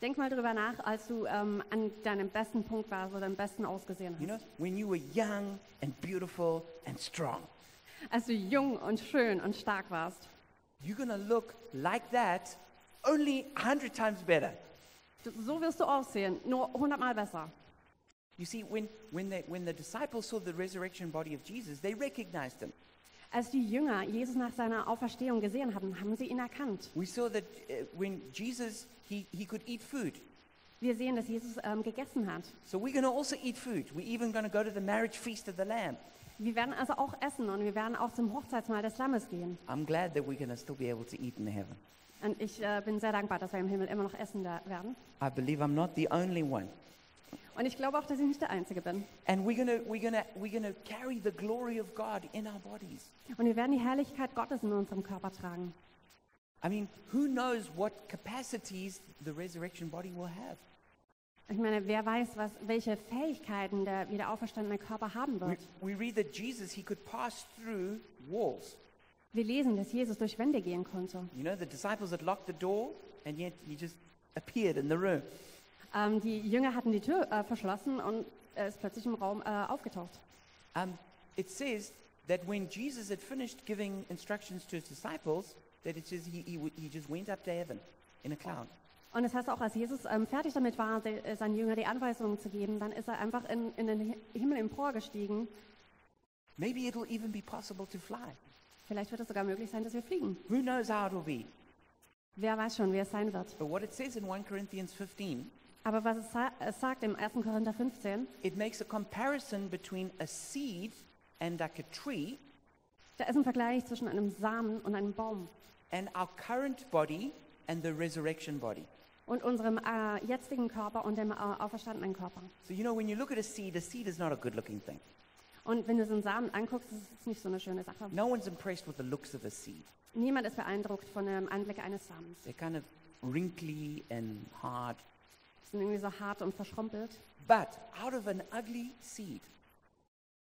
Denk mal drüber nach, als du ähm, an deinem besten Punkt warst oder am besten ausgesehen hast. You know, when you were young and beautiful and strong. als du jung und schön und stark warst. You're going to look like that, only a hundred times better. Du- So wirst du aussehen, nur hundertmal besser. You see, when when the when the disciples saw the resurrection body of Jesus, they recognized him. Als die Jünger Jesus nach seiner Auferstehung gesehen haben, haben sie ihn erkannt. We saw that uh, when Jesus, he, he could eat food. Wir sehen, dass Jesus ähm, gegessen hat. So we're going to also eat food. We're even going to go to the marriage feast of the Lamb. Wir werden also auch essen und wir werden auch zum Hochzeitsmahl des Lammes gehen. I'm glad that we're going to still be able to eat in heaven. Und ich äh, bin sehr dankbar, dass wir im Himmel immer noch essen da werden. I believe I'm not the only one. Und ich glaube auch, dass ich nicht der Einzige bin. And we're going to, we're gonna, we're gonna carry the glory of God in our bodies. Und wir werden die Herrlichkeit Gottes in unserem Körper tragen. I mean, who knows what capacities the resurrection body will have? Ich meine, wer weiß, was, welche Fähigkeiten der wieder auferstandene Körper haben We, wird. we read that Jesus, he could pass through walls. Wir lesen, dass Jesus durch Wände gehen konnte. You know, the disciples had locked the door, and yet he just appeared in the room. Ähm, die Jünger hatten die Tür äh, verschlossen und er ist plötzlich im Raum äh, aufgetaucht. Um, it says that when Jesus had finished giving instructions to his disciples, that it says he, he, w- he just went up to heaven in a cloud. Und es heißt auch, als Jesus ähm, fertig damit war, de, äh, seinen Jüngern die Anweisungen zu geben, dann ist er einfach in, in den Hi- Himmel emporgestiegen. Maybe it'll even be possible to fly. Vielleicht wird es sogar möglich sein, dass wir fliegen. Who knows how it'll be? Wer weiß schon, wie es sein wird. But what it says in 1 Corinthians 15, Aber was es, sa es sagt im 1. Korinther 15, it makes a comparison between a seed and like a tree da ist ein Vergleich zwischen einem Samen und einem Baum and our current body and the resurrection body. und unserem äh, jetzigen Körper und dem äh, auferstandenen Körper. So, you know, when you look at a seed, a seed is not a good looking thing. Und wenn du so einen Samen anguckst, ist es nicht so eine schöne Sache. No one's impressed with the looks of a seed. Niemand ist beeindruckt von dem Anblick eines Samens. They're kind of wrinkly and hard. Die sind irgendwie so hart und verschrumpelt. But out of an ugly seed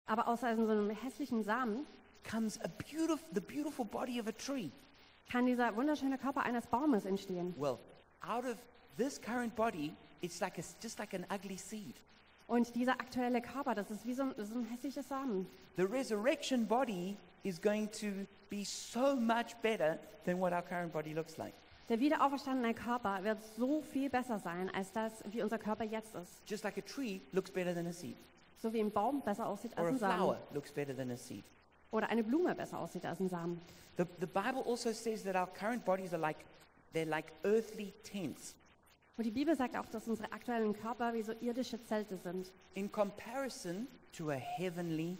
Aber aus also so einem hässlichen Samen comes a beautiful, the beautiful body of a tree. kann dieser wunderschöne Körper eines Baumes entstehen. Well, out of this current body, it's like a s just like an ugly seed. Und dieser aktuelle Körper, das ist wie so ein, das ist ein hässliches Samen. The resurrection body is going to be so much better than what our current body looks like. Der wiederauferstandene Körper wird so viel besser sein, als das, wie unser Körper jetzt ist. Just like a tree looks better than a seed, So wie ein Baum besser aussieht or als a ein Samen. flower looks better than a seed. Oder eine Blume besser aussieht als ein Samen. The, the Bible also says that our current bodies are like, they're like earthly tents. Und die Bibel sagt auch, dass unsere aktuellen Körper wie so irdische Zelte sind. in comparison to a heavenly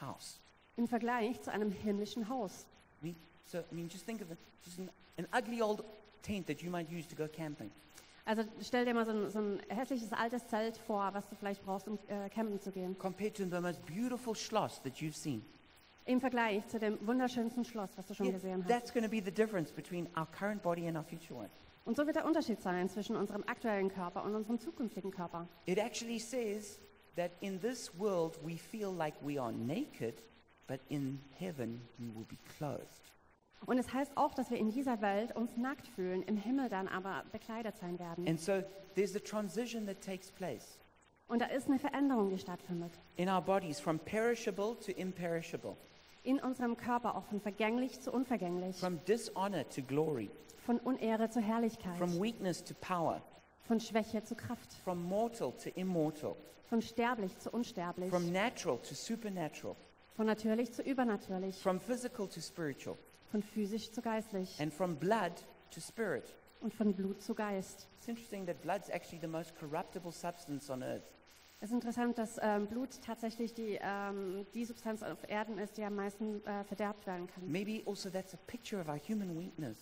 house. Im Vergleich zu einem himmlischen Haus. I mean, so, I mean, just think of it, just an, an ugly old tent that you might use to go camping. Also stell dir mal so ein, so ein hässliches altes Zelt vor, was du vielleicht brauchst, um äh, campen zu gehen. Compared to the most beautiful schloss that you've seen. Im Vergleich zu dem wunderschönsten Schloss, was du schon Yeah, gesehen hast. that's going to be the difference between our current body and our future one. Und so wird der Unterschied sein zwischen unserem aktuellen Körper und unserem zukünftigen Körper. It actually says that in this world we feel like we are naked, but in heaven we will be clothed. Und es heißt auch, dass wir in dieser Welt uns nackt fühlen, im Himmel dann aber bekleidet sein werden. And so there's a transition that takes place Und da ist eine Veränderung, die stattfindet. in our bodies from perishable to imperishable. In unserem Körper auch von vergänglich zu unvergänglich, From dishonor to glory, von Unehre zu Herrlichkeit, from weakness to power, von Schwäche zu Kraft, from mortal to immortal, von sterblich zu unsterblich, from ne- natural to supernatural, von natürlich zu übernatürlich, from physical to spiritual, von physisch zu geistlich and from blood to spirit. und von Blut zu Geist. It's interesting that blood's actually the most corruptible substance on earth. Es ist interessant, dass ähm, Blut tatsächlich die, ähm, die Substanz auf Erden ist, die am meisten äh, verderbt werden kann. Maybe also that's a picture of our human weakness.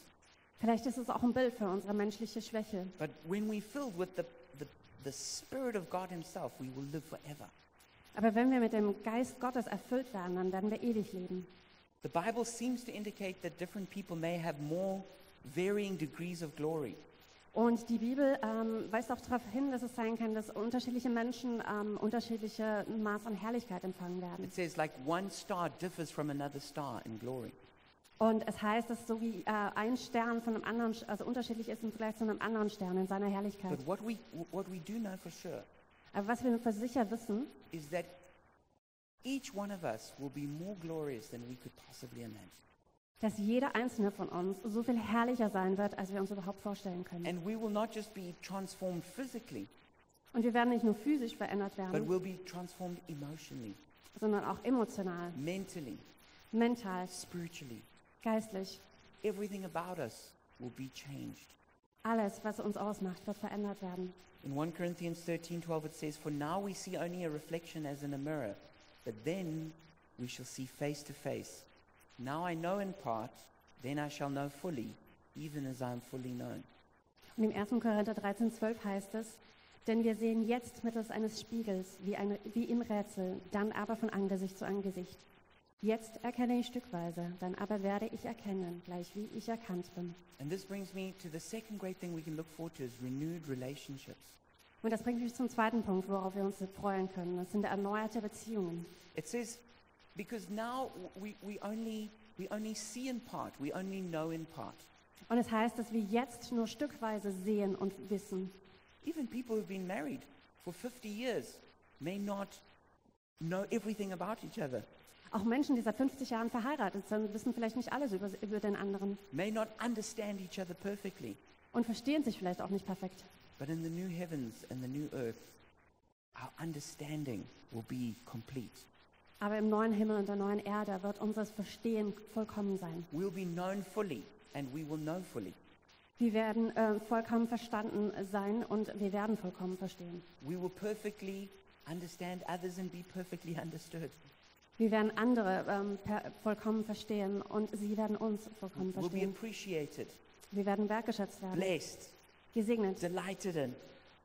Vielleicht ist es auch ein Bild für unsere menschliche Schwäche. But when we're filled with the, the, the Spirit of God Himself, we will live forever. Aber wenn wir mit dem Geist Gottes erfüllt werden, dann werden wir ewig leben. The Bible seems to indicate that different people may have more varying degrees of glory. Und die Bibel ähm, weist auch darauf hin, dass es sein kann, dass unterschiedliche Menschen ähm, unterschiedliche Maß an Herrlichkeit empfangen werden. It says, like one star differs from another star in glory. Und es heißt, dass so wie äh, ein Stern von einem anderen, also unterschiedlich ist im Vergleich zu einem anderen Stern in seiner Herrlichkeit. But what we, what we do know for sure Aber was wir für sicher wissen, is that each one of us will be more glorious than we could possibly imagine. dass jeder einzelne von uns so viel herrlicher sein wird, als wir uns überhaupt vorstellen können. And we will not just be transformed physically, Und wir werden nicht nur physisch verändert but werden, we'll be transformed emotionally, sondern auch emotional, mentally, mental, spiritually. geistlich. Everything about us will be changed. Alles, was uns ausmacht, wird verändert werden. In 1 Corinthians 13 12, it says, For now we see only a reflection as in a mirror, but then we shall see face to face. Now I know in part, then I shall know fully, even as I am fully known. Und im 1. Korinther 13, 12 heißt es, denn wir sehen jetzt mittels eines Spiegels wie, ein, wie im Rätsel, dann aber von Angesicht zu Angesicht. Jetzt erkenne ich stückweise, dann aber werde ich erkennen, gleich wie ich erkannt bin. And this brings me to the second great thing we can look forward to is renewed relationships. Und das bringt mich zum zweiten Punkt, worauf wir uns freuen können. Das sind erneuerte Beziehungen. It says, because now we, we, only, we only see in part, we only know in part. Und es heißt, dass wir jetzt nur stückweise sehen und wissen. Even people who've been married for 50 years may not know everything about each other. Auch Menschen, die seit 50 Jahren verheiratet sind, wissen vielleicht nicht alles über, über den anderen may not understand each other perfectly, und verstehen sich vielleicht auch nicht perfekt. but in the new heavens and the new earth, our understanding will be complete. Aber im neuen Himmel und der neuen Erde wird unser Verstehen vollkommen sein. We'll be known fully, and we will know fully. Wir werden äh, vollkommen verstanden sein und wir werden vollkommen verstehen. We will perfectly understand others and be perfectly understood. Wir werden andere ähm, per, vollkommen verstehen und sie werden uns vollkommen We'll be verstehen. appreciated, Wir werden wertgeschätzt werden, blessed, gesegnet delighted in.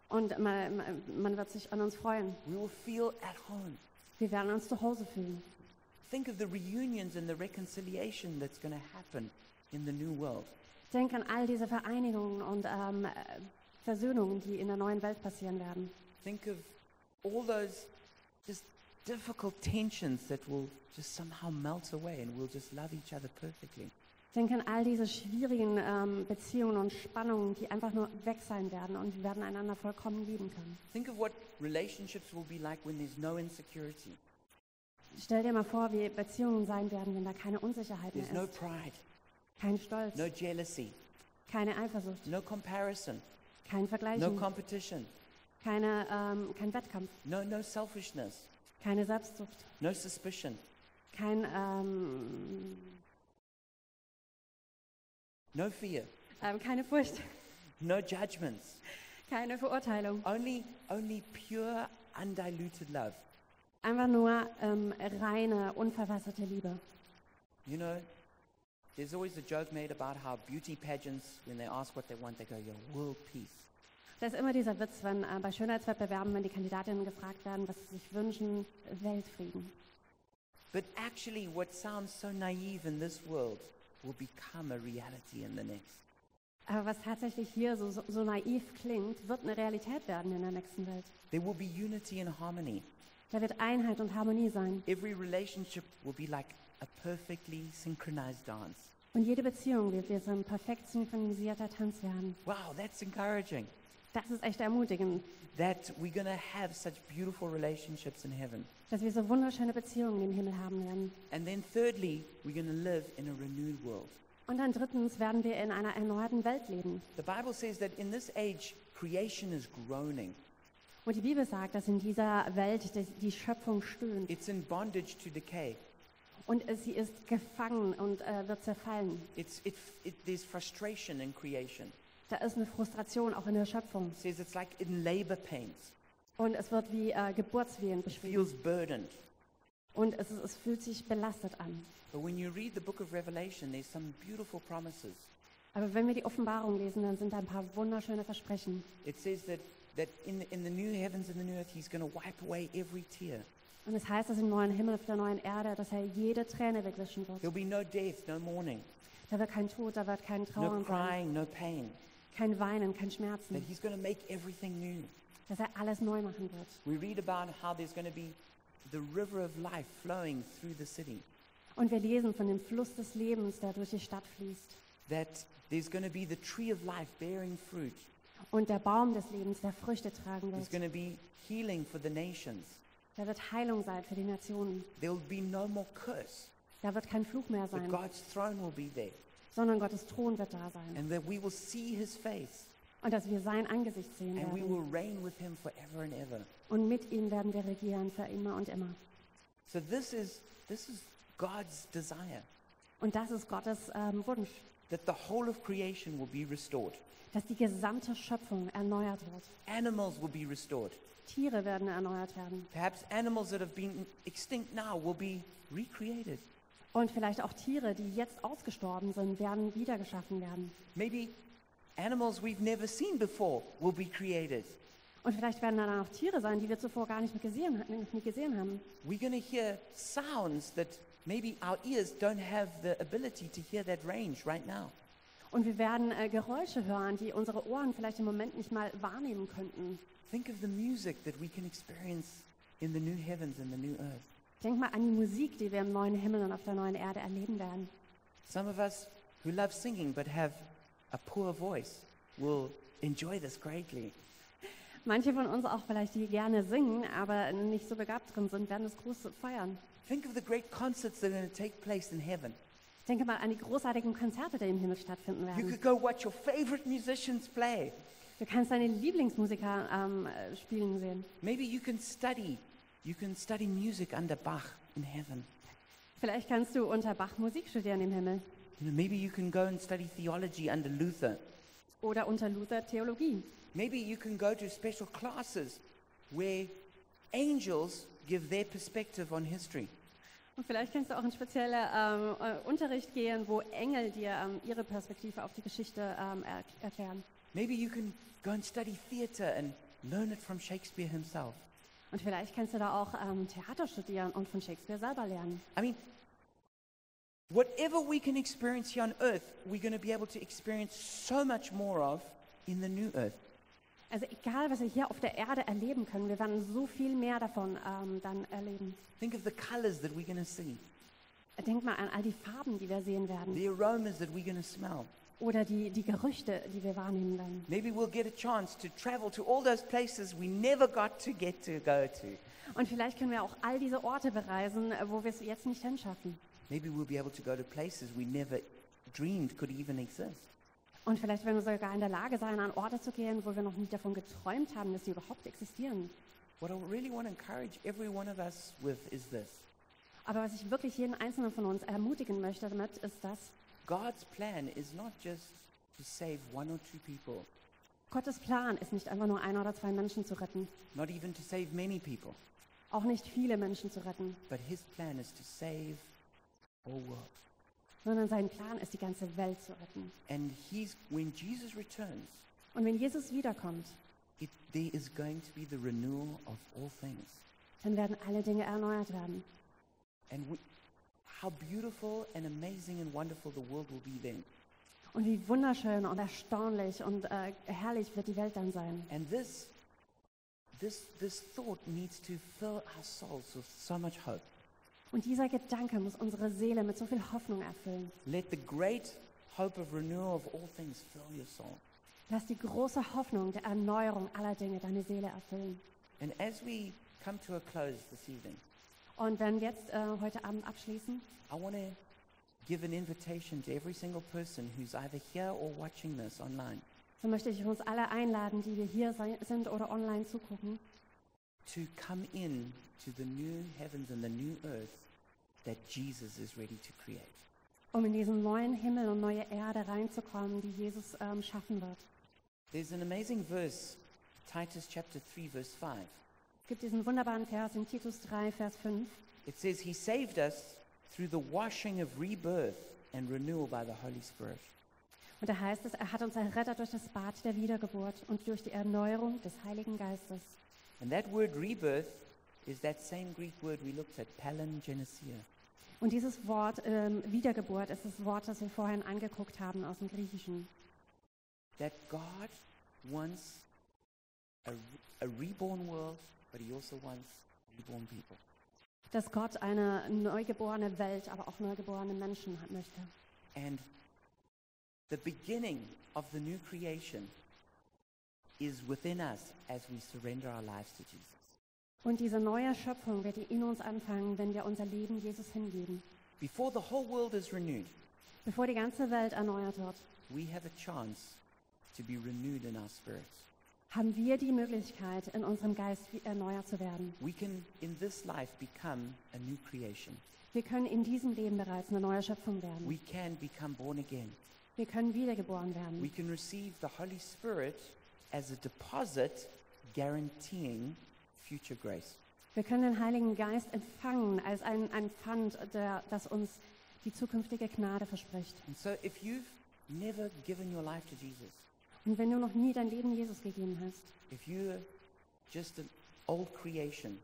und man, man- man wird sich an uns freuen. We will feel at home. Wir werden uns zu Hause fühlen. Think of the reunions and the reconciliation that's going to happen in the new world. Denk an all diese Vereinigungen und ähm, äh, Versöhnungen, die in der neuen Welt passieren werden. Think of all those just difficult tensions that will just somehow melt away and we'll just love each other perfectly. Denk an all diese schwierigen ähm, Beziehungen und Spannungen, die einfach nur weg sein werden und wir werden einander vollkommen lieben können. Think of what relationships will be like when there's no insecurity, Stell dir mal vor, wie Beziehungen sein werden, wenn da keine Unsicherheit mehr there's no ist, pride, kein Stolz, no jealousy, keine Eifersucht, no comparison, kein no Vergleichen, competition, keine, ähm, kein Wettkampf, no, no selfishness, keine Selbstsucht, no suspicion, kein ähm, no fear, ähm, keine Furcht, [laughs] no judgments, keine Verurteilung. only, only pure, undiluted love. Einfach nur ähm, reine, unverwasserte Liebe. You know, there's always a joke made about how beauty pageants, when they ask what they want, they go, your world peace. Da ist immer dieser Witz, wenn äh, bei Schönheitswettbewerben, wenn die Kandidatinnen gefragt werden, was sie sich wünschen, Weltfrieden. But actually, what sounds so naive in this world will become a reality in the next. Aber was tatsächlich hier so, so, so naiv klingt, wird eine Realität werden in der nächsten Welt. There will be unity and harmony. Da wird Einheit und Harmonie sein. Every relationship will be like a perfectly synchronized dance. Und jede Beziehung wird wie so ein perfekt synchronisierter Tanz werden. Wow, that's encouraging. Das ist echt ermutigend, That we're going to have such beautiful relationships in heaven. dass wir so wunderschöne Beziehungen im Himmel haben werden. And then, thirdly, we're going to live in a renewed world. Und dann drittens werden wir in einer erneuerten Welt leben. The Bible says that in this age, creation is groaning. Und die Bibel sagt, dass in dieser Welt die- die Schöpfung stöhnt It's in bondage to decay. und äh, sie ist gefangen und äh, wird zerfallen. It's, it, it, there's frustration in creation. Da ist eine Frustration auch in der Schöpfung. It says it's like in labor pains. Und es wird wie äh, Geburtswehen It beschrieben. feels burdened. Und es, ist- es fühlt sich belastet an. But when you read the book of Revelation, there's some beautiful promises. Aber wenn wir die Offenbarung lesen, dann sind da ein paar wunderschöne Versprechen. It says that, that in, the, in the new heavens and the new earth, he's going to wipe away every tear. Und es heißt, dass im neuen Himmel auf der neuen Erde, dass er jede Träne wegwischen wird. There'll be no death, no mourning, Da wird kein Tod, da wird kein no Trauern sein, crying, no pain. kein Weinen, kein That Schmerzen. he's going to make everything new. Dass er alles neu machen wird. We read about how there's going to be the river of life flowing through the city. Und wir lesen von dem Fluss des Lebens, der durch die Stadt fließt. That there's going to be the tree of life bearing fruit. Und der Baum des Lebens, der Früchte tragen There's wird. going to be healing for the nations. Da wird Heilung sein für die Nationen. There'll be no more curse. Da wird kein Fluch mehr That sein, God's throne will be there. sondern Gottes Thron wird da sein. And that we will see his face. Und dass wir sein Angesicht sehen And we werden. will reign with him forever and ever. Und mit ihm werden wir regieren für immer und immer. So this is, this is God's desire. Und das ist Gottes ähm, Wunsch, That the whole of creation will be restored. dass die gesamte Schöpfung erneuert wird. Animals will be restored. Tiere werden erneuert werden. Perhaps animals that have been extinct now will be recreated. Und vielleicht auch Tiere, die jetzt ausgestorben sind, werden wiedergeschaffen werden. Maybe animals we've never seen before will be created. Und vielleicht werden da dann auch Tiere sein, die wir zuvor gar nicht gesehen, noch nie gesehen haben. We're going to hear sounds that maybe our ears don't have the ability to hear that range right now. Und wir werden äh, Geräusche hören, die unsere Ohren vielleicht im Moment nicht mal wahrnehmen könnten. Think of the music that we can experience in the new heavens and the new earth. Denk mal an die Musik, die wir im neuen Himmel und auf der neuen Erde erleben werden. Some of us who love singing but have a poor voice will enjoy this greatly. Manche von uns auch vielleicht, die gerne singen, aber nicht so begabt drin sind, werden das groß feiern. Think of the great concerts that are going to take place in heaven. Ich denke mal an die großartigen Konzerte, die im Himmel stattfinden You werden. could go watch your favorite musicians play. Du kannst deine Lieblingsmusiker ähm, äh, spielen sehen. Maybe you can study. You can study music under Bach in heaven. Vielleicht kannst du unter Bach Musik studieren im Himmel You know, maybe you can go and study theology under Luther. oder unter Luther Theologie. Maybe you can go to special classes where angels give their perspective on history. Und vielleicht kannst du auch in spezielle ähm, äh, Unterricht gehen, wo Engel dir ähm, ihre Perspektive auf die Geschichte ähm, er erklären. Maybe you can go and study theater and learn it from Shakespeare himself. Und vielleicht kannst du da auch ähm, Theater studieren und von Shakespeare selber lernen. I mean, whatever we can experience here on earth, we're going to be able to experience so much more of in the new earth. Also egal, was wir hier auf der Erde erleben können, wir werden so viel mehr davon ähm, dann erleben. Think of the colors that we're going to see, Denk mal an all die Farben, die wir sehen werden. the aromas that we're going to smell. Oder die, die Gerüchte, die wir wahrnehmen werden. Maybe we'll get a chance to travel to all those places we never got to get to go to. Und vielleicht können wir auch all diese Orte bereisen, äh, wo wir es jetzt nicht hinschaffen. Maybe we'll be able to go to places we never dreamed could even exist. Und vielleicht werden wir sogar in der Lage sein, an Orte zu gehen, wo wir noch nie davon geträumt haben, dass sie überhaupt existieren. What I really want to encourage every one of us with is this Aber was ich wirklich jeden Einzelnen von uns ermutigen möchte damit, ist, dass God's plan is not just to save one or two people, Gottes Plan ist nicht einfach nur ein oder zwei Menschen zu retten, not even to save many people, auch nicht viele Menschen zu retten, but His plan is to save the whole world. sondern sein Plan ist, die ganze Welt zu retten. And he's, when Jesus returns, Und wenn Jesus wiederkommt, it, there is going to be the renewal of all things. dann werden alle Dinge erneuert werden. And we, how beautiful and amazing and wonderful the world will be then. Und wie wunderschön und erstaunlich und äh, herrlich wird die Welt dann sein. And this, this, this thought needs to fill our souls with so much hope. Und dieser Gedanke muss unsere Seele mit so viel Hoffnung erfüllen. Let the great hope of renewal of all things fill your soul. Lass die große Hoffnung der Erneuerung aller Dinge deine Seele erfüllen. And as we come to a close this evening, Und wenn wir jetzt äh, heute Abend abschließen, I want to give an invitation to every single person who's either here or watching this online so möchte ich uns alle einladen, die wir hier sei- sind oder online zugucken, to come in to the new heavens and the new earth that Jesus is ready to create. um in diesen neuen Himmel und neue Erde reinzukommen, die Jesus ähm, schaffen wird. There's an amazing verse, Titus chapter 3, verse 5. Es gibt diesen wunderbaren Vers in Titus 3, Vers 5. It says, He saved us through the washing of rebirth and renewal by the Holy Spirit. Und da heißt es, er hat uns errettet durch das Bad der Wiedergeburt und durch die Erneuerung des Heiligen Geistes. And that word rebirth is that same Greek word we looked at, palingenesia. Und dieses Wort ähm, Wiedergeburt ist das Wort, das wir vorhin angeguckt haben aus dem Griechischen. that God wants a, a reborn world, but He also wants reborn people. Dass Gott eine neugeborene Welt, aber auch neugeborene Menschen hat- möchte. And the beginning of the new creation is within us as we surrender our lives to Jesus. Und diese neue Schöpfung wird in uns anfangen, wenn wir unser Leben Jesus hingeben. Before the whole world is renewed, Bevor die ganze Welt erneuert wird, we have a chance to be renewed in our spirits. haben wir die Möglichkeit, in unserem Geist wie- erneuert zu werden. We can, in this life, become a new creation. Wir können in diesem Leben bereits eine neue Schöpfung werden. We can become born again. Wir können wiedergeboren werden. we can receive the Holy Spirit as a deposit guaranteeing future grace. Wir können den Heiligen Geist empfangen als ein, ein Pfand, der, das uns die zukünftige Gnade verspricht. And so if you've never given your life to Jesus, Und wenn du noch nie dein Leben Jesus gegeben hast, if you're just an old creation,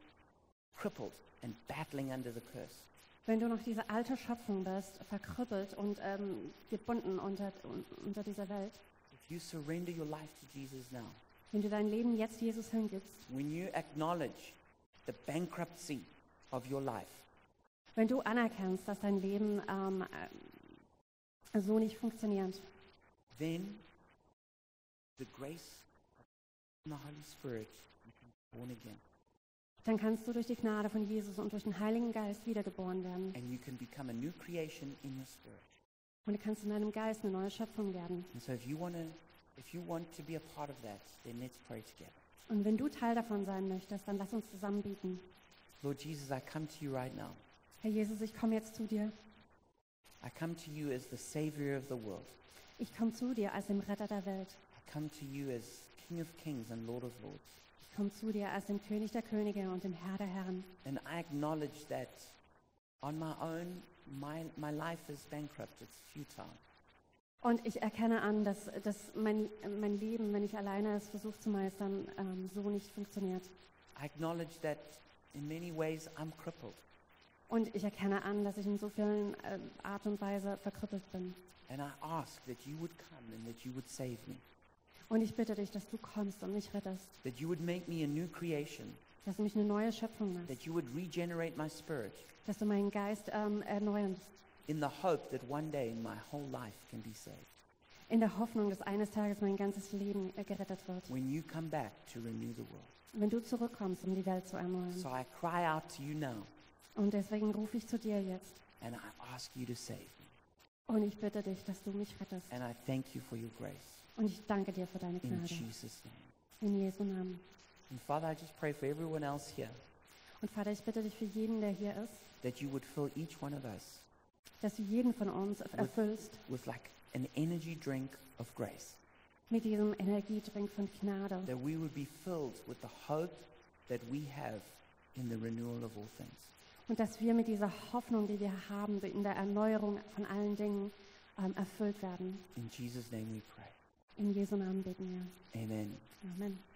crippled and battling under the curse, wenn du noch diese alte Schöpfung bist, verkrüppelt und ähm, gebunden unter, un, unter dieser Welt, if you surrender your life to Jesus now, wenn du dein Leben jetzt Jesus hingibst, when you acknowledge the bankruptcy of your life, wenn du anerkennst, dass dein Leben ähm, äh, so nicht funktioniert, then the grace of the Holy Spirit, you can be born again. dann kannst du durch die Gnade von Jesus und durch den Heiligen Geist wiedergeboren werden. and you can become a new creation in your spirit. Und du kannst in deinem Geist eine neue Schöpfung werden. And so if you want to if you want to be a part of that, then let's pray together. Und wenn du Teil davon sein möchtest, dann lass uns zusammen beten. Lord Jesus, I come to you right now. Herr Jesus, ich komme jetzt zu dir. I come to you as the savior of the world. Ich komme zu dir als dem Retter der Welt. I come to you as King of Kings and Lord of Lords. Ich komme zu dir als dem König der Könige und dem Herr der Herren. And I acknowledge that on my own my my life is bankrupt. It's futile. Und ich erkenne an, dass, dass mein, mein Leben, wenn ich alleine es versuche zu meistern, ähm, so nicht funktioniert. I acknowledge that in many ways I'm crippled Und ich erkenne an, dass ich in so vielen ähm, Art und Weise verkrüppelt bin. and I ask that you would come and that you would save me. Und ich bitte dich, dass du kommst und mich rettest, That you would make me a new creation. dass du mich eine neue Schöpfung machst, That you would regenerate my spirit. dass du meinen Geist ähm, erneuerst, in the hope that one day my whole life can be saved. in der Hoffnung, dass eines Tages mein ganzes Leben äh, gerettet wird. When you come back to renew the world. wenn du zurückkommst, um die Welt zu erneuern. So I cry out to you now Und deswegen rufe ich zu dir jetzt and I ask you to save me. Und ich bitte dich, dass du mich rettest. And I thank you for your grace. Und ich danke dir für deine In Gnade. Jesus' name. In Jesu Namen. And Father, I just pray for everyone else here Und Vater, ich bitte dich für jeden, der hier ist, that you would fill each one of us dass du jeden von uns erfüllst with like an energy drink of grace. mit diesem Energietrink von Gnade. That we would be filled with the hope that we have in the renewal of all things. Und dass wir mit dieser Hoffnung, die wir haben, in der Erneuerung von allen Dingen ähm, erfüllt werden. In Jesus' name we pray. In Jesu Namen beten wir. Amen. Amen.